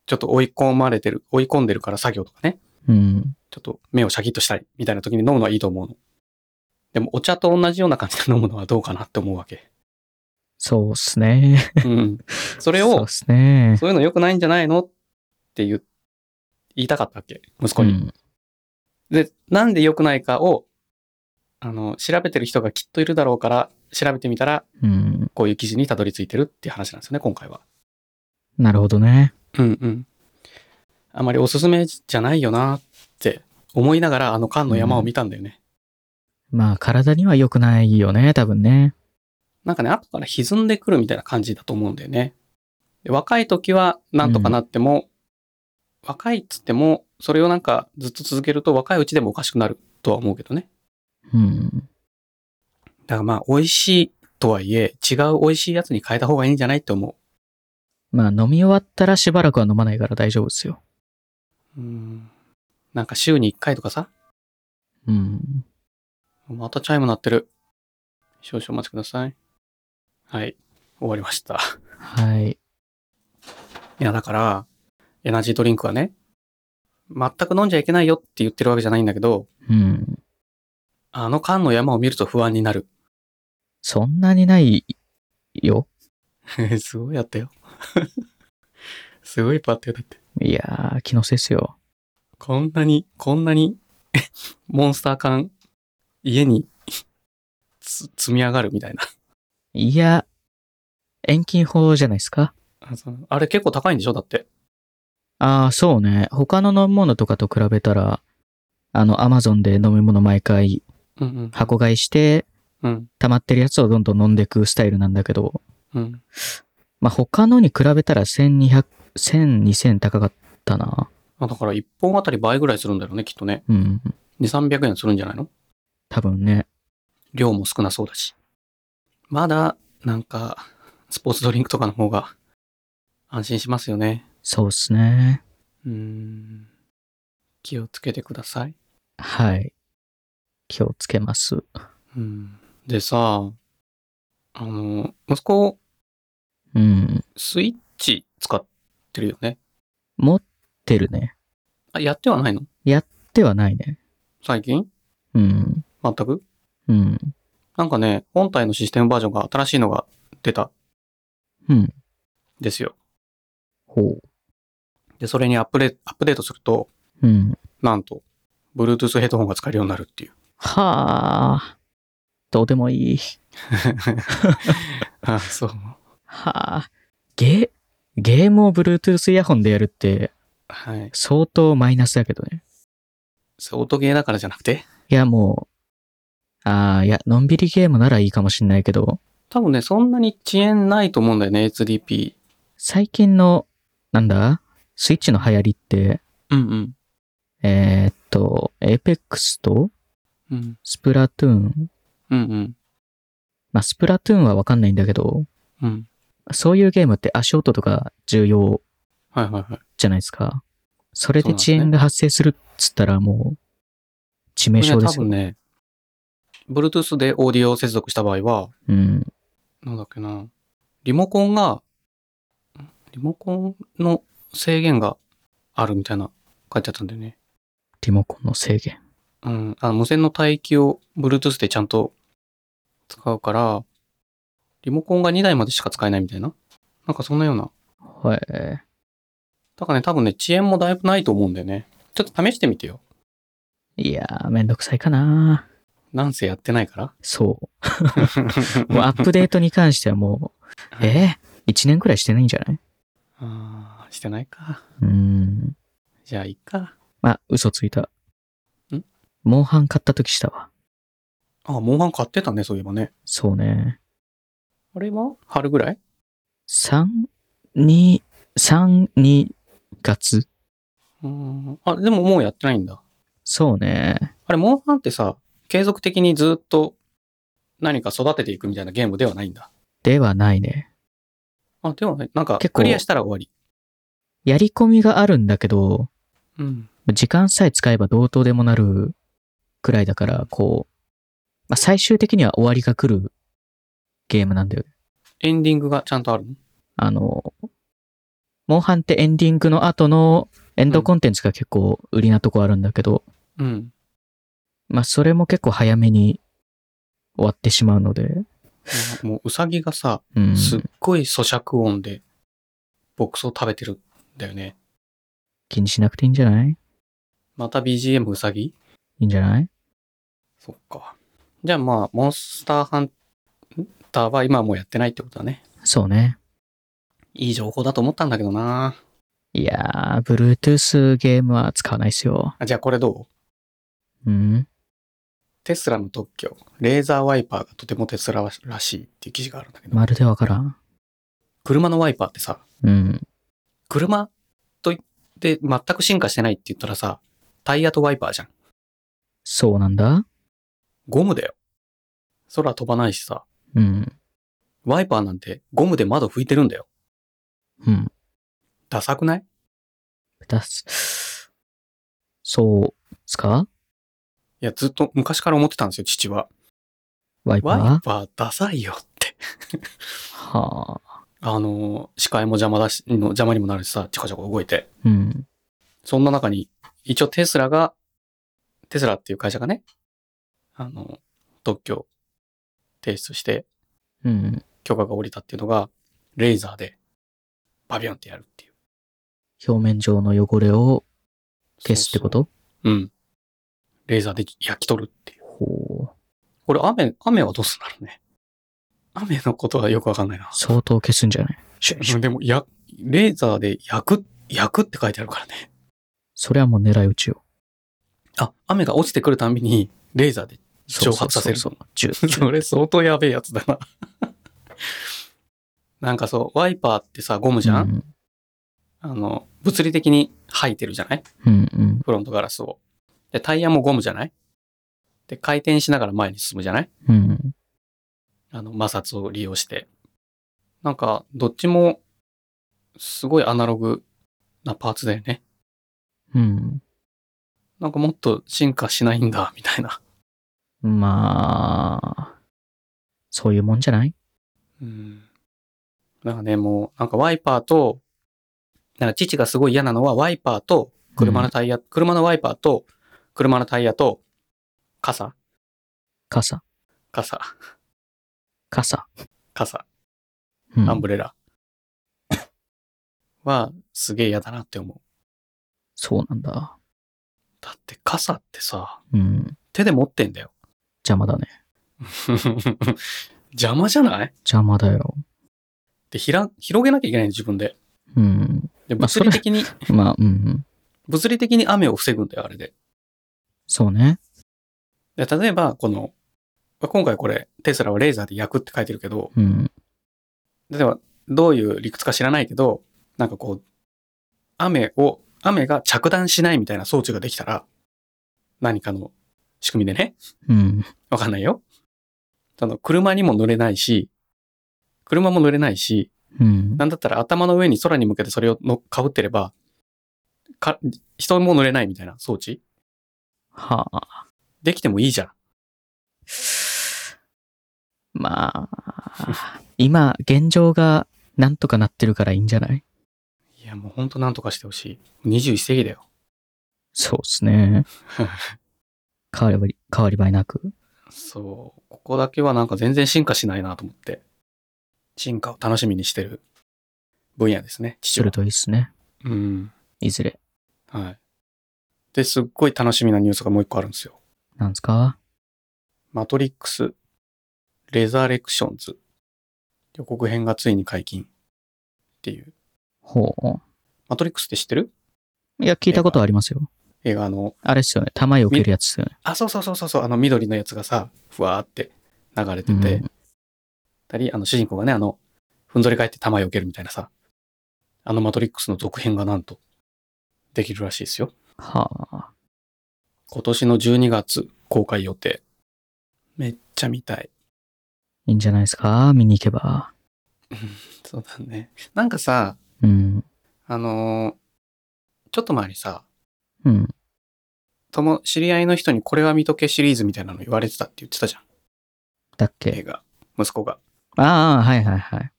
[SPEAKER 1] ちょっと追い込まれてる、追い込んでるから作業とかね、
[SPEAKER 2] うん。
[SPEAKER 1] ちょっと目をシャキッとしたいみたいな時に飲むのはいいと思うの。でもお茶と同じような感じで飲むのはどうかなって思うわ け。
[SPEAKER 2] そうっすね。
[SPEAKER 1] うん。そ
[SPEAKER 2] そ
[SPEAKER 1] れ
[SPEAKER 2] そう
[SPEAKER 1] を
[SPEAKER 2] っ、すね。
[SPEAKER 1] そういうの良くないんじゃないのって言う、言いたかったわけ、息子
[SPEAKER 2] う
[SPEAKER 1] に。
[SPEAKER 2] ん。
[SPEAKER 1] で、なんで良くないかを、あの、調べてる人がきっといるだろうから、調べてみたら、
[SPEAKER 2] うん。
[SPEAKER 1] こういう記事にたどり着いてるっていう話なんですよね、今回は。
[SPEAKER 2] なるほどね。
[SPEAKER 1] うんうん。あまりおすすめじゃないよなって思いながらあの缶の山を見たんだよね。
[SPEAKER 2] まあ、体には良くないよね、多分ね。
[SPEAKER 1] なんかね、後から歪んでくるみたいな感じだと思うんだよね。で若い時はなんとかなっても、若いっつっても、それをなんかずっと続けると若いうちでもおかしくなるとは思うけどね。
[SPEAKER 2] うん。
[SPEAKER 1] だからまあ、美味しいとはいえ、違う美味しいやつに変えた方がいいんじゃないって思
[SPEAKER 2] まあ、飲み終わったらしばらくは飲まないから大丈夫ですよ。
[SPEAKER 1] う。うん。なんか週に1回とかさ、
[SPEAKER 2] うん。
[SPEAKER 1] またチャイム鳴ってる。少々お待ちください。はい。終わりました。
[SPEAKER 2] はい。
[SPEAKER 1] いや、だから、エナジードリンクはね、全く飲んじゃいけないよって言ってるわけじゃないんだけど、
[SPEAKER 2] うん。
[SPEAKER 1] あの缶の山を見ると不安になる。
[SPEAKER 2] そんなにないよ。
[SPEAKER 1] すごいやったよ。 すごいパッてだって。
[SPEAKER 2] いやー、気のせいっすよ。
[SPEAKER 1] こんなに、こんなに、 モンスター缶、家に つ、積み上がるみたいな。
[SPEAKER 2] いや、遠近法じゃないですか。
[SPEAKER 1] あ そのあれ結構高いんでしょだって。
[SPEAKER 2] ああ、そうね。他の飲み物とかと比べたら、あの、アマゾンで飲み物毎回
[SPEAKER 1] うんうん。
[SPEAKER 2] 箱買いして、
[SPEAKER 1] うん。
[SPEAKER 2] 溜まってるやつをどんどん飲んでいくスタイルなんだけど、
[SPEAKER 1] うん。
[SPEAKER 2] まあ、他のに比べたら1200、1000、2000高かったな。
[SPEAKER 1] あだから1本あたり倍ぐらいするんだろうね、きっとね。
[SPEAKER 2] うん。
[SPEAKER 1] 2、300円するんじゃないの
[SPEAKER 2] 多分ね。
[SPEAKER 1] 量も少なそうだし。まだ、なんか、スポーツドリンクとかの方が安心しますよね。
[SPEAKER 2] そうっすね。
[SPEAKER 1] うーん。気をつけてください。
[SPEAKER 2] はい。気をつけます。
[SPEAKER 1] うん。でさ、あの、息子、
[SPEAKER 2] うん。
[SPEAKER 1] スイッチ使ってるよね。
[SPEAKER 2] 持ってるね。
[SPEAKER 1] あ、やってはないの
[SPEAKER 2] ではないね。
[SPEAKER 1] 最近
[SPEAKER 2] うん。
[SPEAKER 1] 全く
[SPEAKER 2] うん。
[SPEAKER 1] なんかね、本体のシステムバージョンが新しいのが出た。
[SPEAKER 2] うん。
[SPEAKER 1] ですよ。
[SPEAKER 2] ほ
[SPEAKER 1] で、それにアップデアップデートすると、
[SPEAKER 2] う。うん。
[SPEAKER 1] なんと、Bluetooth ヘッドホンが使えるようになるっていう。
[SPEAKER 2] はあ。どうでもいい。
[SPEAKER 1] あ、そう。
[SPEAKER 2] はあ。ゲ、ゲームを Bluetooth イヤホンでやるって
[SPEAKER 1] はい。
[SPEAKER 2] 相当マイナスだけどね。
[SPEAKER 1] それ音ゲーだからじゃなくて
[SPEAKER 2] いや、もう、ああ、いや、のんびりゲームならいいかもしんないけど、
[SPEAKER 1] 多分ね、そんなに遅延ないと思うんだよね、HDP。
[SPEAKER 2] 最近の、なんだスイッチの流行りって、
[SPEAKER 1] うんうん。
[SPEAKER 2] えーっと、Apex と
[SPEAKER 1] うん。
[SPEAKER 2] スプラトゥーン。
[SPEAKER 1] うんうん。
[SPEAKER 2] まあ、スプラトゥーンはわかんないんだけど、
[SPEAKER 1] うん。
[SPEAKER 2] そういうゲームって足音とか重要
[SPEAKER 1] はいはいはい。
[SPEAKER 2] じゃないですか。それで遅
[SPEAKER 1] そうなんです
[SPEAKER 2] 延
[SPEAKER 1] ね
[SPEAKER 2] が発生するっつったらもう、致命
[SPEAKER 1] これね
[SPEAKER 2] 傷で
[SPEAKER 1] 多
[SPEAKER 2] すよ。
[SPEAKER 1] 分ね、Bluetooth でオーディオを接続した場合は、
[SPEAKER 2] うん。
[SPEAKER 1] なんだっけな、リモコンが、リモコンの制限があるみたいな書いてあったんだよね。
[SPEAKER 2] リモコンの制限。
[SPEAKER 1] うん、あの無線の帯域を Bluetooth でちゃんと使うから、リモコンが2台までしか使えないみたいな。なんかそんなような。
[SPEAKER 2] はい。
[SPEAKER 1] だからね、多分ね、遅延もだいぶないと思うんだよね。ちょっと試してみてよ。
[SPEAKER 2] いやー、めんどくさいかな
[SPEAKER 1] なんせやってないから。
[SPEAKER 2] そう。もうアップデートに関してはもう、えー、1年くらいしてないんじゃない
[SPEAKER 1] あーしてないか。
[SPEAKER 2] うーん。
[SPEAKER 1] じゃあ、いいか。
[SPEAKER 2] まあ、嘘ついた。
[SPEAKER 1] ん
[SPEAKER 2] モンハン買った時したわ。
[SPEAKER 1] あ、モンハン買ってたね、そういえばね。
[SPEAKER 2] そうね。
[SPEAKER 1] あれは春ぐらい
[SPEAKER 2] 3、2、3、2月
[SPEAKER 1] うーん。あ、でももうやってないんだ。
[SPEAKER 2] そうね。
[SPEAKER 1] あれ、モンハンってさ、継続的にずっと何か育てていくみたいなゲームではないんだ。
[SPEAKER 2] ではないね。
[SPEAKER 1] あ、ではね、なんか、
[SPEAKER 2] 結構
[SPEAKER 1] クリアしたら終わり。
[SPEAKER 2] やり込みがあるんだけど、
[SPEAKER 1] うん。
[SPEAKER 2] 時間さえ使えばどうとでもなるくらいだから、こう、まあ、最終的には終わりが来るゲームなんだよね。
[SPEAKER 1] エンディングがちゃんとあるの
[SPEAKER 2] あの、モンハンってエンディングの後のエンドコンテンツが結構売りなとこあるんだけど、
[SPEAKER 1] うん。
[SPEAKER 2] まあそれも結構早めに終わってしまうので、
[SPEAKER 1] もう、うさぎがさ、
[SPEAKER 2] うん。
[SPEAKER 1] すっごい咀嚼音で、ボックスを食べてるんだよね。
[SPEAKER 2] 気にしなくていいんじゃないい
[SPEAKER 1] また BGM うさぎ
[SPEAKER 2] いんじゃない
[SPEAKER 1] そっか。じゃあまあ、モンスターハンターは今はもうやってないってことだね。
[SPEAKER 2] そうね。
[SPEAKER 1] いい情報だと思ったんだけどない
[SPEAKER 2] やー、Bluetooth ゲームは使わないっすよ。
[SPEAKER 1] あじゃあこれどう
[SPEAKER 2] うん。
[SPEAKER 1] テスラの特許、レーザーワイパーがとてもテスラらしいっていう記事があるんだけど、
[SPEAKER 2] まるでわからん。
[SPEAKER 1] 車のワイパーってさ、
[SPEAKER 2] うん。
[SPEAKER 1] 車といって全く進化してないって言ったらさ、タイヤとワイパーじゃん。
[SPEAKER 2] そうなんだ
[SPEAKER 1] ゴムだよ。空飛ばないしさ、
[SPEAKER 2] うん。
[SPEAKER 1] ワイパーなんてゴムで窓拭いてるんだよ。
[SPEAKER 2] うん。
[SPEAKER 1] ダサくない
[SPEAKER 2] 出す。そう、すか
[SPEAKER 1] いや、ずっと昔から思ってたんですよ、父は。
[SPEAKER 2] ワイパー
[SPEAKER 1] ワイパーダサいよって。
[SPEAKER 2] はあ。
[SPEAKER 1] あのー視界も邪魔だし、の邪魔にもなるしさ、ちょこちょこ動いて。
[SPEAKER 2] うん。
[SPEAKER 1] そんな中に、一応テスラが、テスラっていう会社がね、あの、特許を提出して
[SPEAKER 2] うん。
[SPEAKER 1] 許可が下りたっていうのが、レーザーでバビョンってやるっていう。
[SPEAKER 2] 表面上の汚れを消すってこと
[SPEAKER 1] そうそううん。レーザーで焼き取るっていう。
[SPEAKER 2] ほう。
[SPEAKER 1] これ雨、雨はどうすんだろうね。雨のことはよくわかんないな。
[SPEAKER 2] 相当消すんじゃないシュッシュッ
[SPEAKER 1] でも、や、レーザーで焼く、焼くって書いてあるからね。
[SPEAKER 2] それはもう狙い撃ちよ。
[SPEAKER 1] あ、雨が落ちてくるたんびに、レーザーで
[SPEAKER 2] そう
[SPEAKER 1] 蒸発させる
[SPEAKER 2] そうそうジュ ッ
[SPEAKER 1] それ相当やべえやつだな。 なんかそう、ワイパーってさ、ゴムじゃん、
[SPEAKER 2] うん
[SPEAKER 1] あの、物理的に吐いてるじゃない
[SPEAKER 2] うんうん
[SPEAKER 1] フロントガラスを。で、タイヤもゴムじゃないで、回転しながら前に進むじゃない
[SPEAKER 2] うん。
[SPEAKER 1] あの、摩擦を利用して。なんか、どっちも、すごいアナログなパーツだよね。
[SPEAKER 2] うん。
[SPEAKER 1] なんかもっと進化しないんだ、みたいな。
[SPEAKER 2] まあ、そういうもんじゃない
[SPEAKER 1] うん。なんかね、もう、なんかワイパーと、なんか父がすごい嫌なのは、ワイパーと、車のタイヤ、車のワイパーと、車のタイヤと、傘
[SPEAKER 2] 傘。
[SPEAKER 1] 傘
[SPEAKER 2] 傘。
[SPEAKER 1] 傘
[SPEAKER 2] うん
[SPEAKER 1] アンブレラ。は、すげえ嫌だなって思う。
[SPEAKER 2] そうなんだ。
[SPEAKER 1] だって傘ってさ、
[SPEAKER 2] うん。
[SPEAKER 1] 手で持ってんだよ。
[SPEAKER 2] 邪魔だね。
[SPEAKER 1] 邪魔じゃない
[SPEAKER 2] 邪魔だよ。
[SPEAKER 1] で、ひら、広げなきゃいけないの自分で。
[SPEAKER 2] うん。
[SPEAKER 1] で、
[SPEAKER 2] まあ
[SPEAKER 1] 物理的に、
[SPEAKER 2] まあ、うんうん。
[SPEAKER 1] 物理的に雨を防ぐんだよ、あれで。
[SPEAKER 2] そうね。
[SPEAKER 1] で例えば、この、今回これ、テスラはレーザーで焼くって書いてるけど、
[SPEAKER 2] うん。
[SPEAKER 1] 例えば、どういう理屈か知らないけど、なんかこう、雨を、雨が着弾しないみたいな装置ができたら、何かの仕組みでね、
[SPEAKER 2] うん。
[SPEAKER 1] わかんないよ。その、車にも乗れないし、車も乗れないし、
[SPEAKER 2] うん。
[SPEAKER 1] なんだったら頭の上に空に向けてそれをのかぶってれば、か人も乗れないみたいな装置
[SPEAKER 2] はあ。
[SPEAKER 1] できてもいいじゃん。
[SPEAKER 2] まあ、今、現状がなんとかなってるからいいんじゃない
[SPEAKER 1] いや、もうほんとなんとかしてほしい。21世紀だよ。
[SPEAKER 2] そうです ね。変わり、変わり映えなく。
[SPEAKER 1] そう。ここだけはなんか全然進化しないなと思って。進化を楽しみにしてる分野ですね。父
[SPEAKER 2] する
[SPEAKER 1] は。
[SPEAKER 2] といいですね。
[SPEAKER 1] うん。
[SPEAKER 2] いずれ。
[SPEAKER 1] はい。で、すっごい楽しみなニュースがもう一個あるんですよ。
[SPEAKER 2] なんですか
[SPEAKER 1] マトリックス、レザレクションズ。予告編がついに解禁。っていう。
[SPEAKER 2] ほう。
[SPEAKER 1] マトリックスって知ってる
[SPEAKER 2] いや、聞いたことありますよ。
[SPEAKER 1] 映画の、
[SPEAKER 2] あれっすよね。弾避けるやつっすよね。
[SPEAKER 1] あ、そうそうそうそうそう、あの緑のやつがさ、ふわーって流れてて、
[SPEAKER 2] うん
[SPEAKER 1] たり、あの主人公がね、あの、ふんぞり返って弾避けるみたいなさ、あのマトリックスの続編がなんと、できるらしいですよ。
[SPEAKER 2] はあ。
[SPEAKER 1] 今年の12月公開予定。めっちゃ見たい。
[SPEAKER 2] いいんじゃないですか見に行けば。
[SPEAKER 1] そうだね。なんかさ、
[SPEAKER 2] うん。
[SPEAKER 1] あのーちょっと前にさ、
[SPEAKER 2] うん。
[SPEAKER 1] とも、知り合いの人にこれは見とけシリーズみたいなの言われてたって言ってたじゃん。
[SPEAKER 2] だっ
[SPEAKER 1] 映
[SPEAKER 2] け
[SPEAKER 1] 画。息子が。
[SPEAKER 2] ああ、はいはいはい。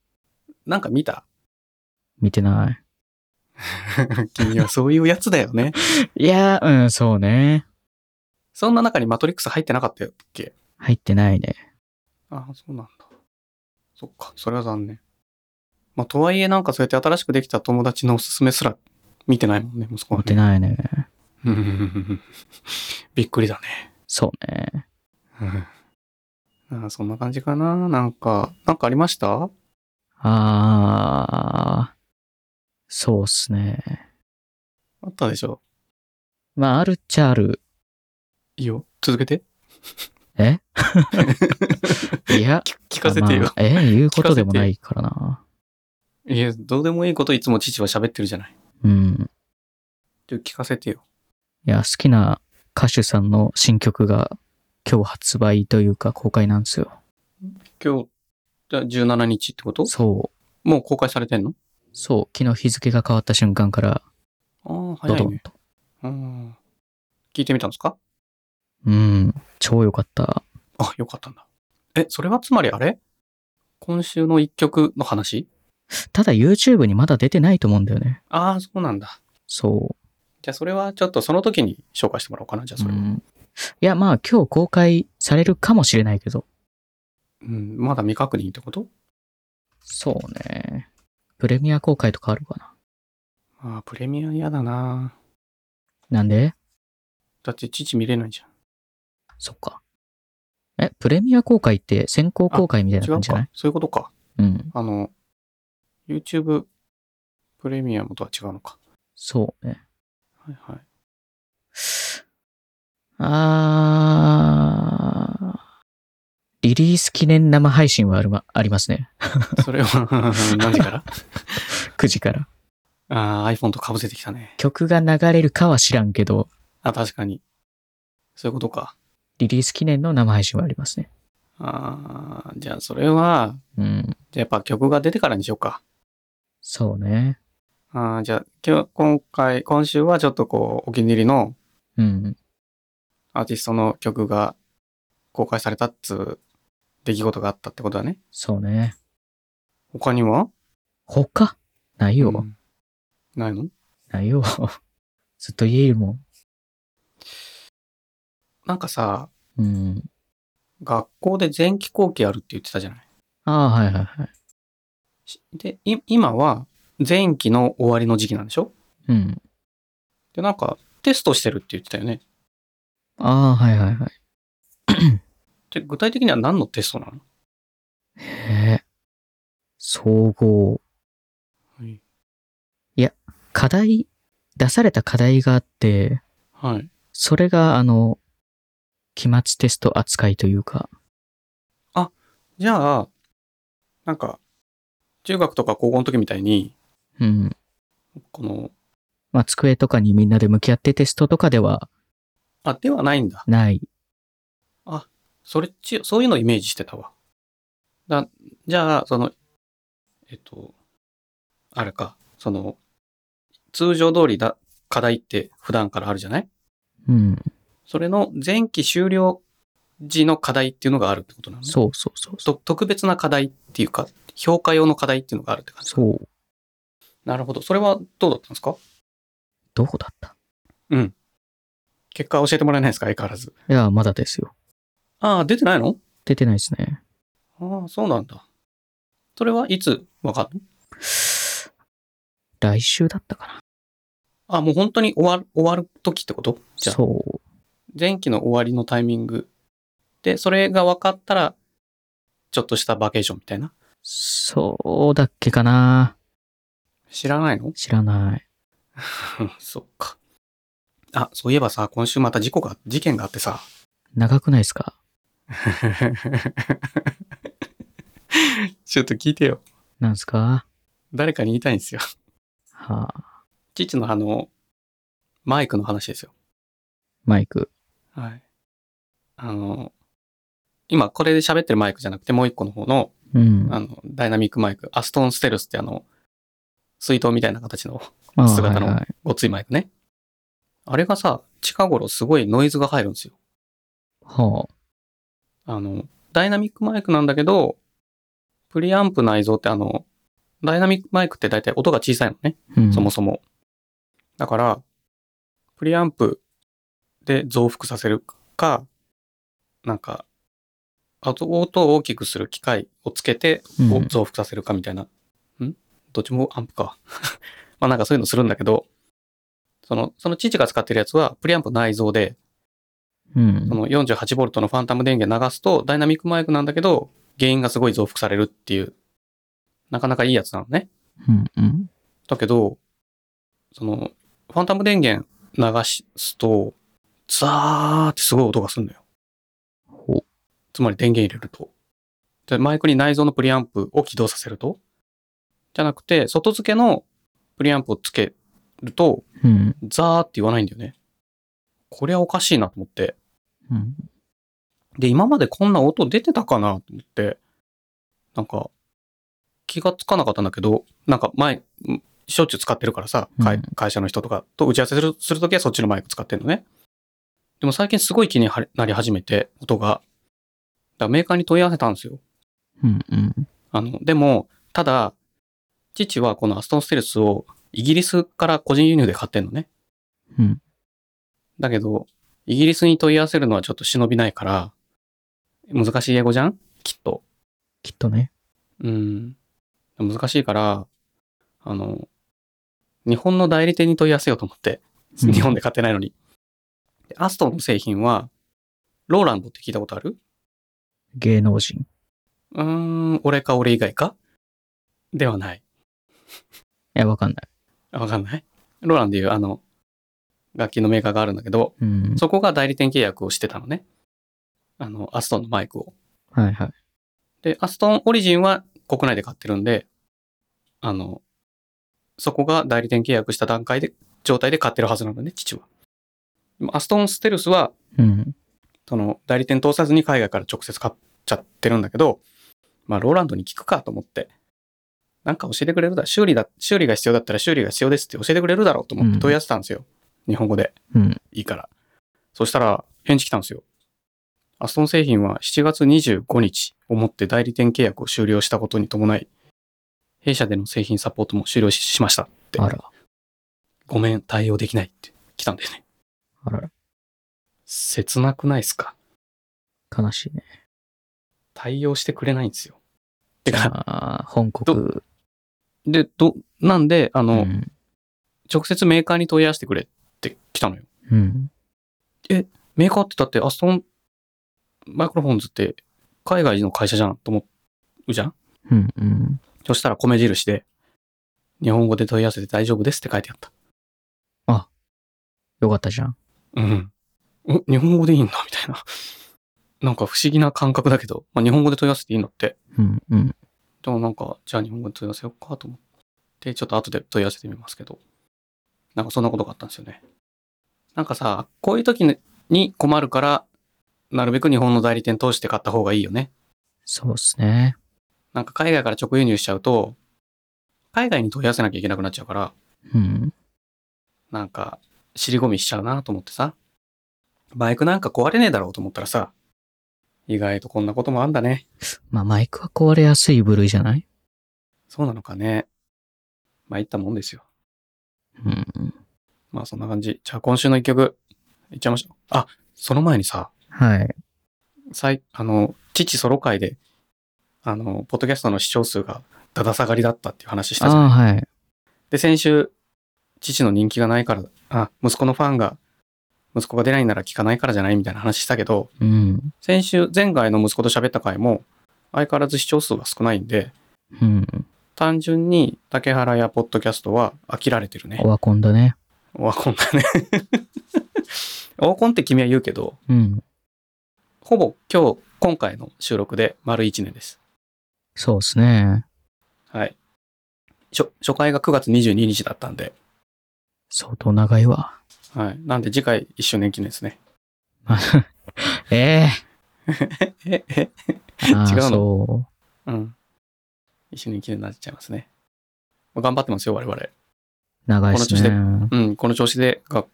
[SPEAKER 1] なんか見た
[SPEAKER 2] 見てな
[SPEAKER 1] 君はそういうやつだよね。
[SPEAKER 2] い。いやー、うん、そうね。
[SPEAKER 1] そんな中にマトリックス入ってなかったよっけ
[SPEAKER 2] 入ってないね。
[SPEAKER 1] ああ、そうなんだ。そっか、それは残念。まあ、とはいえなんかそうやって新しくできた友達のおすすめすら見てないもんね、息子は
[SPEAKER 2] 見て
[SPEAKER 1] ね。
[SPEAKER 2] ないね。
[SPEAKER 1] うんうんうんうん びっくりだね。
[SPEAKER 2] そうね。
[SPEAKER 1] うんああそんな感じかな。なんか、なんかありました
[SPEAKER 2] ああ、そうっすね。
[SPEAKER 1] あったでしょ
[SPEAKER 2] まあ、あるっちゃある。
[SPEAKER 1] いいよ。続けて。
[SPEAKER 2] え いや、
[SPEAKER 1] 聞聞かせてよ。
[SPEAKER 2] まあえ言うことでもないからな。
[SPEAKER 1] いや、どうでもいいこといつも父は喋ってるじゃない。
[SPEAKER 2] うん。
[SPEAKER 1] ちょっと聞かせてよ。
[SPEAKER 2] いや、好きな歌手さんの新曲が今日発売というか公開なんですよ。
[SPEAKER 1] 今日、じゃあ17日ってこと
[SPEAKER 2] そう。
[SPEAKER 1] もう公開されてんの
[SPEAKER 2] そう、昨日日付が変わった瞬間から、
[SPEAKER 1] ああ、
[SPEAKER 2] ド
[SPEAKER 1] 早
[SPEAKER 2] ド
[SPEAKER 1] い
[SPEAKER 2] ン
[SPEAKER 1] ね。
[SPEAKER 2] と。
[SPEAKER 1] うん。聞いてみたんですか
[SPEAKER 2] うん、超良かった。
[SPEAKER 1] あ、よかったんだ。え、それはつまりあれ今週の一曲の話
[SPEAKER 2] ただ YouTube にまだ出てないと思うんだよね。
[SPEAKER 1] ああ、そうなんだ。
[SPEAKER 2] そ
[SPEAKER 1] じゃあそれはちょっとその時に紹介してもらおうかな、じゃあ
[SPEAKER 2] う。
[SPEAKER 1] それ
[SPEAKER 2] う
[SPEAKER 1] は。
[SPEAKER 2] んいや、まあ今日公開されるかもしれないけど。
[SPEAKER 1] うん、まだ未確認ってこと
[SPEAKER 2] そうね。プレミア公開とかあるかな。
[SPEAKER 1] ああ、プレミア嫌だな。
[SPEAKER 2] なんで
[SPEAKER 1] だって父見れないじゃん。
[SPEAKER 2] そっか。え、プレミア公開って先行公開みたいな
[SPEAKER 1] 違う
[SPEAKER 2] 感じじゃな
[SPEAKER 1] か
[SPEAKER 2] い。
[SPEAKER 1] そういうことか。
[SPEAKER 2] うん。
[SPEAKER 1] あの、YouTube プレミアムとは違うのか。
[SPEAKER 2] そうね。
[SPEAKER 1] はいはい。
[SPEAKER 2] あー。リリース記念生配信はあるまありますね。
[SPEAKER 1] それは 何時から
[SPEAKER 2] 9時から。
[SPEAKER 1] ああ、iPhone と被せてきたね。
[SPEAKER 2] 曲が流れるかは知らんけど、
[SPEAKER 1] あ、確かに。そういうことか。
[SPEAKER 2] リリース記念の生配信はありますね。
[SPEAKER 1] ああ、じゃあそれは、
[SPEAKER 2] うん。
[SPEAKER 1] じゃあやっぱ曲が出てからにしようか。
[SPEAKER 2] そうね。
[SPEAKER 1] ああ、じゃあ今日、今回、今週はちょっとこう、お気に入りの
[SPEAKER 2] うん。
[SPEAKER 1] アーティストの曲が公開されたっつう出来事があったってことだね。
[SPEAKER 2] そうね。
[SPEAKER 1] 他には
[SPEAKER 2] 他ないよ。
[SPEAKER 1] うんないの
[SPEAKER 2] ないよ。 ずっと家いるも
[SPEAKER 1] なんかさ、
[SPEAKER 2] ん。うん。
[SPEAKER 1] 学校で前期後期あるって言ってたじゃない
[SPEAKER 2] ああ、はいはいはい。
[SPEAKER 1] しで、い今は前期の終わりの時期なんでしょ
[SPEAKER 2] うん。
[SPEAKER 1] で、なんかテストしてるって言ってたよね。
[SPEAKER 2] ああ、はいはいはい。
[SPEAKER 1] で、具体的には何のテストなの
[SPEAKER 2] へえ。総合。
[SPEAKER 1] はい。
[SPEAKER 2] 課題、出された課題があって、
[SPEAKER 1] はい。
[SPEAKER 2] それが、あの、期末テスト扱いというか、
[SPEAKER 1] じゃあ、なんか、中学とか高校の時みたいに、
[SPEAKER 2] うん。
[SPEAKER 1] この、
[SPEAKER 2] まあ、机とかにみんなで向き合ってテストとかでは
[SPEAKER 1] あ、ではないんだ。
[SPEAKER 2] ない。
[SPEAKER 1] それち、そういうのをイメージしてたわ。だ、じゃあ、その、えっと、あれか、その、通常通りだ、課題って普段からあるじゃない
[SPEAKER 2] うん。
[SPEAKER 1] それの前期終了時の課題っていうのがあるってことなのね。
[SPEAKER 2] そうそうそうそう。
[SPEAKER 1] と特別な課題っていうか、評価用の課題っていうのがあるって感じ。
[SPEAKER 2] そう。
[SPEAKER 1] なるほど。それはどうだったんですか
[SPEAKER 2] どこだった
[SPEAKER 1] 結果教えてもらえないですか相変わらず。
[SPEAKER 2] いや、まだですよ。
[SPEAKER 1] ああ、出てないの
[SPEAKER 2] 出てないですね。
[SPEAKER 1] ああ、そうなんだ。それはいつわかるの
[SPEAKER 2] 来週だったかな。
[SPEAKER 1] ああ、もう本当に終わる、終わる時ってことじゃあ、
[SPEAKER 2] そう。
[SPEAKER 1] 前期の終わりのタイミングで、それが分かったら、ちょっとしたバケーションみたいな。
[SPEAKER 2] そうだっけかな
[SPEAKER 1] 知らないの
[SPEAKER 2] 知らない。
[SPEAKER 1] うんそっか。あ、そういえばさ、今週また事故が、事件があってさ。
[SPEAKER 2] 長くないですか
[SPEAKER 1] ちょっと聞いてよ。
[SPEAKER 2] なんすか
[SPEAKER 1] 誰かに言いたいんですよ。
[SPEAKER 2] はあ、
[SPEAKER 1] 父のあの、マイクの話ですよ。
[SPEAKER 2] マイク。
[SPEAKER 1] はい。あの、今これで喋ってるマイクじゃなくてもう一個の方の、
[SPEAKER 2] うん。
[SPEAKER 1] あの、ダイナミックマイク、アストンステルスってあの、水筒みたいな形 の
[SPEAKER 2] あ
[SPEAKER 1] 姿の
[SPEAKER 2] はいはい
[SPEAKER 1] ごついマイクね。あれがさ、近頃すごいノイズが入るんですよ。
[SPEAKER 2] はあ、
[SPEAKER 1] あの、ダイナミックマイクなんだけど、プリアンプ内蔵ってあの、ダイナミックマイクって大体音が小さいのね、
[SPEAKER 2] うん。
[SPEAKER 1] そもそも。だから、プリアンプで増幅させるか、なんか、あと音を大きくする機械をつけて
[SPEAKER 2] うん
[SPEAKER 1] を増幅させるかみたいな。んどっちもアンプか。 まあなんかそういうのするんだけど、その、その父が使ってるやつはプリアンプ内蔵で、
[SPEAKER 2] うん
[SPEAKER 1] そ。の 48V のファンタム電源流すとダイナミックマイクなんだけど、ゲインがすごい増幅されるっていう、なかなかいいやつなのね。
[SPEAKER 2] うん。うん。
[SPEAKER 1] だけど、その、ファンタム電源流すと、ザーってすごい音がするんだよ。
[SPEAKER 2] ほう
[SPEAKER 1] つまり電源入れると。で、マイクに内蔵のプリアンプを起動させるとじゃなくて、外付けのプリアンプをつけると、
[SPEAKER 2] うん。
[SPEAKER 1] ザーって言わないんだよね。これはおかしいなと思って。
[SPEAKER 2] うん。
[SPEAKER 1] で、今までこんな音出てたかなと思って、なんか、気がつかなかったんだけど、なんか前、んしょっちゅう使ってるからさ、会
[SPEAKER 2] うん
[SPEAKER 1] 会社の人とかと打ち合わせするするときはそっちのマイク使ってるのね。でも最近すごい気にはなり始めて、音が。だからメーカーに問い合わせたんですよ。
[SPEAKER 2] うん。うん。
[SPEAKER 1] あの、でも、ただ、父はこのアストンステルスをイギリスから個人輸入で買ってんのね。
[SPEAKER 2] うん
[SPEAKER 1] だけど、イギリスに問い合わせるのはちょっと忍びないから、難しい英語じゃんきっと。
[SPEAKER 2] きっとね。
[SPEAKER 1] うん。難しいから、あの、日本の代理店に問い合わせようと思って。
[SPEAKER 2] うん
[SPEAKER 1] 日本で買ってないのに。でアストンの製品は、ローランドって聞いたことある
[SPEAKER 2] 芸能人。
[SPEAKER 1] うーん、俺か俺以外かではない。
[SPEAKER 2] いや、わかんない。
[SPEAKER 1] あわかんないローランでいうあの、楽器のメーカーがあるんだけど、
[SPEAKER 2] うん。
[SPEAKER 1] そこが代理店契約をしてたのね。あの、アストンのマイクを。
[SPEAKER 2] はいはい。
[SPEAKER 1] で、アストンオリジンは国内で買ってるんで、あの、そこが代理店契約した段階で、状態で買ってるはずなのね、父は。でもアストンステルスは、
[SPEAKER 2] うん。
[SPEAKER 1] その、代理店通さずに海外から直接買っちゃってるんだけど、まあ、ローランドに聞くかと思って、なんか教えてくれるだ、修理だ、修理が必要だったら修理が必要ですって教えてくれるだろうと思って問い合わせたんですよ。日本語で。
[SPEAKER 2] うん。
[SPEAKER 1] いいから。そしたら、返事来たんですよ。アストン製品は7月25日をもって代理店契約を終了したことに伴い、弊社での製品サポートも終了ししましたって。
[SPEAKER 2] あら。
[SPEAKER 1] ごめん、対応できないって来たんだよね。
[SPEAKER 2] あらら。
[SPEAKER 1] 切なくないっすか
[SPEAKER 2] 悲しいね。
[SPEAKER 1] 対応してくれないんですよ。て
[SPEAKER 2] じゃ
[SPEAKER 1] か、
[SPEAKER 2] あ、本国。
[SPEAKER 1] で、ど、なんで、あ
[SPEAKER 2] う
[SPEAKER 1] の、
[SPEAKER 2] ん。
[SPEAKER 1] 直接メーカーに問い合わせてくれって来たのよ。
[SPEAKER 2] うん。
[SPEAKER 1] メーカーってだってアストン、マイクロフォンズって海外の会社じゃんと思うじゃん
[SPEAKER 2] うん。うん。
[SPEAKER 1] そしたら米印で、日本語で問い合わせて大丈夫ですって書いてあった。
[SPEAKER 2] よかったじゃん。
[SPEAKER 1] うん。お、日本語でいいんだみたいな。なんか不思議な感覚だけど、まあ、日本語で問い合わせていいんだって。
[SPEAKER 2] うん。うん。
[SPEAKER 1] でもなんか、じゃあ日本語で問い合わせようかと思って、ちょっと後で問い合わせてみますけど。なんかそんなことがあったんですよね。なんかさ、こういう時に困るから、なるべく日本の代理店通して買った方がいいよね。
[SPEAKER 2] そうっすね。
[SPEAKER 1] なんか海外から直輸入しちゃうと、海外に問い合わせなきゃいけなくなっちゃうから、
[SPEAKER 2] うん。
[SPEAKER 1] なんか、尻込みしちゃうなと思ってさ、バイクなんか壊れねえだろうと思ったらさ、意外とこんなこともあんだね。
[SPEAKER 2] まあ、マイクは壊れやすい部類じゃない
[SPEAKER 1] そうなのかね。まあ、いったもんですよ。
[SPEAKER 2] うん。
[SPEAKER 1] まあ、そんな感じ。じゃあ、今週の一曲、いっちゃいましょう。あ、その前にさ、
[SPEAKER 2] はい。
[SPEAKER 1] 最、あの、父ソロ会で、あの、ポッドキャストの視聴数がだだ下がりだったっていう話した
[SPEAKER 2] あ
[SPEAKER 1] じゃん。
[SPEAKER 2] あ、はい。
[SPEAKER 1] で、先週、父の人気がないから、あ、息子のファンが、息子が出ないなら聞かないからじゃないみたいな話したけど、
[SPEAKER 2] うん。
[SPEAKER 1] 先週、前回の息子と喋った回も、相変わらず視聴数が少ないんで、
[SPEAKER 2] うん。
[SPEAKER 1] 単純に竹原やポッドキャストは飽きられてるね
[SPEAKER 2] オ。ワコンだね。
[SPEAKER 1] オワコンだね。 オワコンって君は言うけど、
[SPEAKER 2] うん。
[SPEAKER 1] ほぼ今日、今回の収録で丸1年です。
[SPEAKER 2] そうですね。
[SPEAKER 1] はい。初、初回が9月22日だったんで、
[SPEAKER 2] 相当長いわ。
[SPEAKER 1] はい。なんで次回1周年記念ですね。
[SPEAKER 2] え
[SPEAKER 1] え、え、
[SPEAKER 2] え ー。あー
[SPEAKER 1] 違うの
[SPEAKER 2] そ
[SPEAKER 1] うん。1周年記念になっちゃいますね。頑張ってますよ、我々。
[SPEAKER 2] う。長いですね。
[SPEAKER 1] うん、この調子で、が、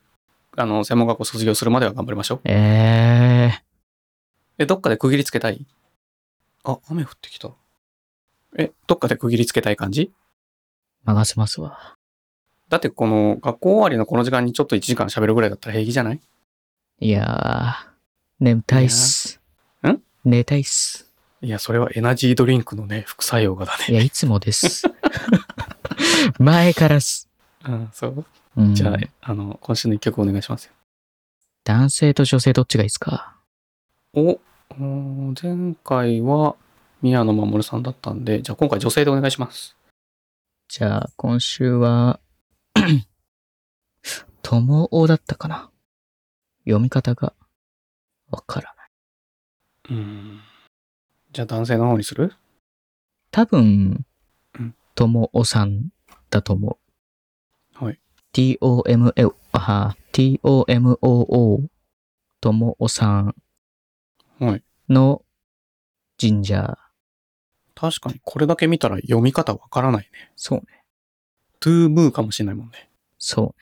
[SPEAKER 1] あの、専門学校卒業するまでは頑張りましょう。
[SPEAKER 2] ええ
[SPEAKER 1] え、どっかで区切りつけたいあ、雨降ってきた。え、どっかで区切りつけたい感じ
[SPEAKER 2] ー。任せますわ。
[SPEAKER 1] だってこの学校終わりのこの時間にちょっと1時間喋るぐらいだったら平気じゃない
[SPEAKER 2] いやー。眠たいっす。
[SPEAKER 1] いやん
[SPEAKER 2] 寝たいっす。
[SPEAKER 1] いや、それはエナジードリンクのね、副作用がだね。
[SPEAKER 2] いや、いつ もです。前からっす。
[SPEAKER 1] うん、そう。
[SPEAKER 2] うん、
[SPEAKER 1] じゃあ、あの、今週の一曲お願いしますよ。
[SPEAKER 2] 男性と女性どっちがいいっすか
[SPEAKER 1] お、うーん前回は宮野真守さんだったんで、じゃあ今回女性でお願いします。
[SPEAKER 2] じゃあ、今週は、 ともおだったかな読み方が、わからない。
[SPEAKER 1] うん。じゃあ男性の方にする
[SPEAKER 2] 多分
[SPEAKER 1] うん、
[SPEAKER 2] ともおさんだと思う。
[SPEAKER 1] はい。
[SPEAKER 2] t-o-m-o、あは、t-o-m-o-o、ともおさん
[SPEAKER 1] はい。
[SPEAKER 2] の神社。
[SPEAKER 1] 確かにこれだけ見たら読み方わからないね。
[SPEAKER 2] そうね。
[SPEAKER 1] トゥームーかもしれないもんね。
[SPEAKER 2] そ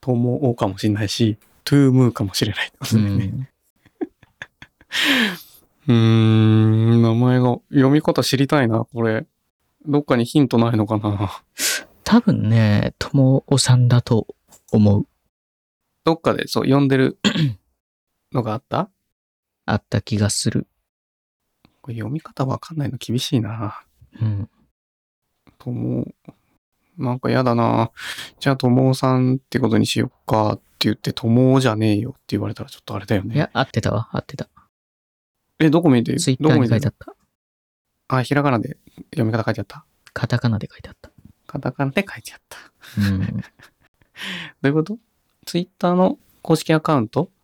[SPEAKER 1] トモオかもしれないし、トゥームーかもしれない。
[SPEAKER 2] うね。うん。
[SPEAKER 1] うーん、名前が、読み方知りたいな、これ。どっかにヒントないのかな。
[SPEAKER 2] 多分ね、ともおさんだと思う。
[SPEAKER 1] どっかで、そう、読んでるのがあった
[SPEAKER 2] あった気がする。
[SPEAKER 1] これ読み方わかんないの厳しいな。
[SPEAKER 2] うん。
[SPEAKER 1] とも、なんかやだな。じゃあ、ともさんってことにしよっかって言って、ともじゃねえよって言われたらちょっとあれだよね。
[SPEAKER 2] いや、合ってたわ、合ってた。
[SPEAKER 1] え、どこ見て
[SPEAKER 2] ツイッ
[SPEAKER 1] ど
[SPEAKER 2] タ
[SPEAKER 1] こ
[SPEAKER 2] ー
[SPEAKER 1] 見
[SPEAKER 2] に書い
[SPEAKER 1] て
[SPEAKER 2] てあった。
[SPEAKER 1] あ、ひらがなで読み方書いてあった。
[SPEAKER 2] カタカナで書いてあった。
[SPEAKER 1] カタカナで書いてあった。
[SPEAKER 2] うん。
[SPEAKER 1] どういうことツイッターの公式アカウント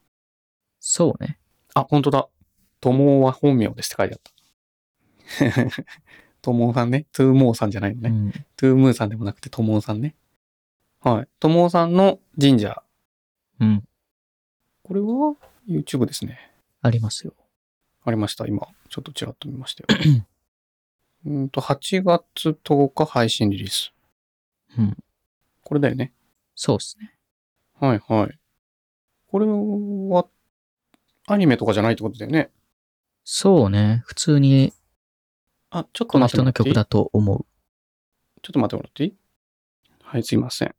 [SPEAKER 2] そうね。
[SPEAKER 1] あ、本当だ。ともは本名ですって書いてあった。 ともさんね。トゥーモーさんじゃないのね。
[SPEAKER 2] うん。
[SPEAKER 1] トゥームーさんでもなくて、ともさんね。はい。ともさんの神社。
[SPEAKER 2] うん。
[SPEAKER 1] これは YouTube ですね。
[SPEAKER 2] ありますよ。
[SPEAKER 1] ありました、今。ちょっとちらっと見ました よ。うーんと、8月10日配信リリース。
[SPEAKER 2] うん。
[SPEAKER 1] これだよね。
[SPEAKER 2] そうですね。
[SPEAKER 1] はいはい。これは、アニメとかじゃないってことだよね。
[SPEAKER 2] そうね。普通に
[SPEAKER 1] あ、ちょっ
[SPEAKER 2] ことの
[SPEAKER 1] 待って
[SPEAKER 2] 人
[SPEAKER 1] もら
[SPEAKER 2] の
[SPEAKER 1] ってい
[SPEAKER 2] 曲
[SPEAKER 1] い
[SPEAKER 2] だと思う。
[SPEAKER 1] ちょっと待ってもらっていいはい、すいません。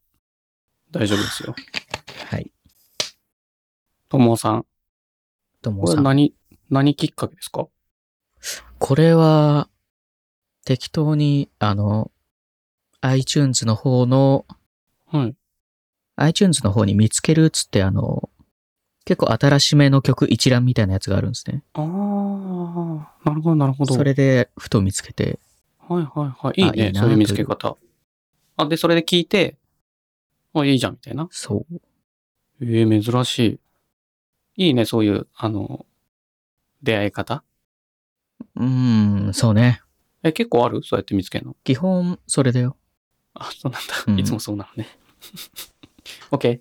[SPEAKER 1] 大丈夫ですよ。
[SPEAKER 2] はい。
[SPEAKER 1] ともさん。
[SPEAKER 2] とも
[SPEAKER 1] これ
[SPEAKER 2] さ
[SPEAKER 1] は
[SPEAKER 2] ん。
[SPEAKER 1] 何、何きっかけですか
[SPEAKER 2] これは、適当に、あの、iTunes の方の、
[SPEAKER 1] はい。
[SPEAKER 2] iTunes の方に見つけるっつって、あの、結構新しめの曲一覧みたいなやつがあるんですね。
[SPEAKER 1] あー、なるほど、なるほど。
[SPEAKER 2] それで、ふと見つけて、
[SPEAKER 1] はいはいはい。いい
[SPEAKER 2] あ
[SPEAKER 1] ね、
[SPEAKER 2] いいな
[SPEAKER 1] そういう見つけ方。あ、で、それで聞いて、あ、いいじゃん、みたいな。
[SPEAKER 2] そう。
[SPEAKER 1] ええ珍しい。いいね、そういう、あの、出会い方。
[SPEAKER 2] うーん、そうね。
[SPEAKER 1] え、結構あるそうやって見つけるの。
[SPEAKER 2] 基本、それだよ。
[SPEAKER 1] あ、そうなんだ。
[SPEAKER 2] うん
[SPEAKER 1] いつもそうなのね。OK。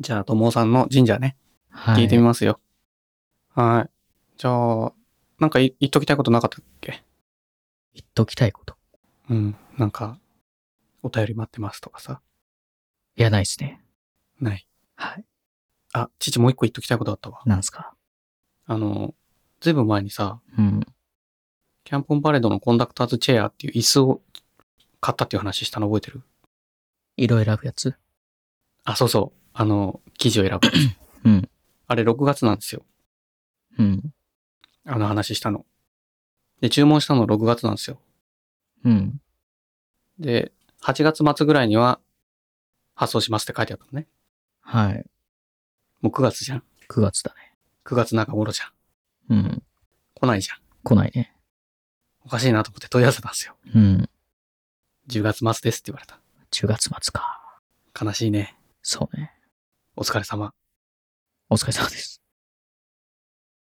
[SPEAKER 1] じゃあ、ともさんの神社ね。
[SPEAKER 2] はい。
[SPEAKER 1] 聞いてみますよ。はい。じゃあ、なんかい言っときたいことなかったっけ
[SPEAKER 2] 言っときたいこと。
[SPEAKER 1] うん。なんか、お便り待ってますとかさ。
[SPEAKER 2] いや、ないですね。
[SPEAKER 1] ない。
[SPEAKER 2] はい。
[SPEAKER 1] あ、父もう一個言っときたいことあったわ。
[SPEAKER 2] なんすか。
[SPEAKER 1] あの、ずいぶん前にさ、
[SPEAKER 2] うん。
[SPEAKER 1] キャンポンパレードのコンダクターズチェアっていう椅子を買ったっていう話したの覚えてる
[SPEAKER 2] いろいろ選ぶやつ
[SPEAKER 1] あ、そうそう。あの、記事を選ぶ。
[SPEAKER 2] うん。
[SPEAKER 1] あれ6月なんですよ。
[SPEAKER 2] うん。
[SPEAKER 1] あの話したの。で、注文したの6月なんですよ。
[SPEAKER 2] うん。
[SPEAKER 1] で、8月末ぐらいには発送しますって書いてあったのね。
[SPEAKER 2] はい。
[SPEAKER 1] もう9月じゃん。
[SPEAKER 2] 9月だね。
[SPEAKER 1] 9月中頃じゃん。
[SPEAKER 2] うん。
[SPEAKER 1] 来ないじゃん。
[SPEAKER 2] 来ないね。
[SPEAKER 1] おかしいなと思って問い合わせたんですよ。
[SPEAKER 2] うん。
[SPEAKER 1] 10月末ですって言われた。
[SPEAKER 2] 10月末か。
[SPEAKER 1] 悲しいね。
[SPEAKER 2] そうね。
[SPEAKER 1] お疲れ様。
[SPEAKER 2] お疲れ様です。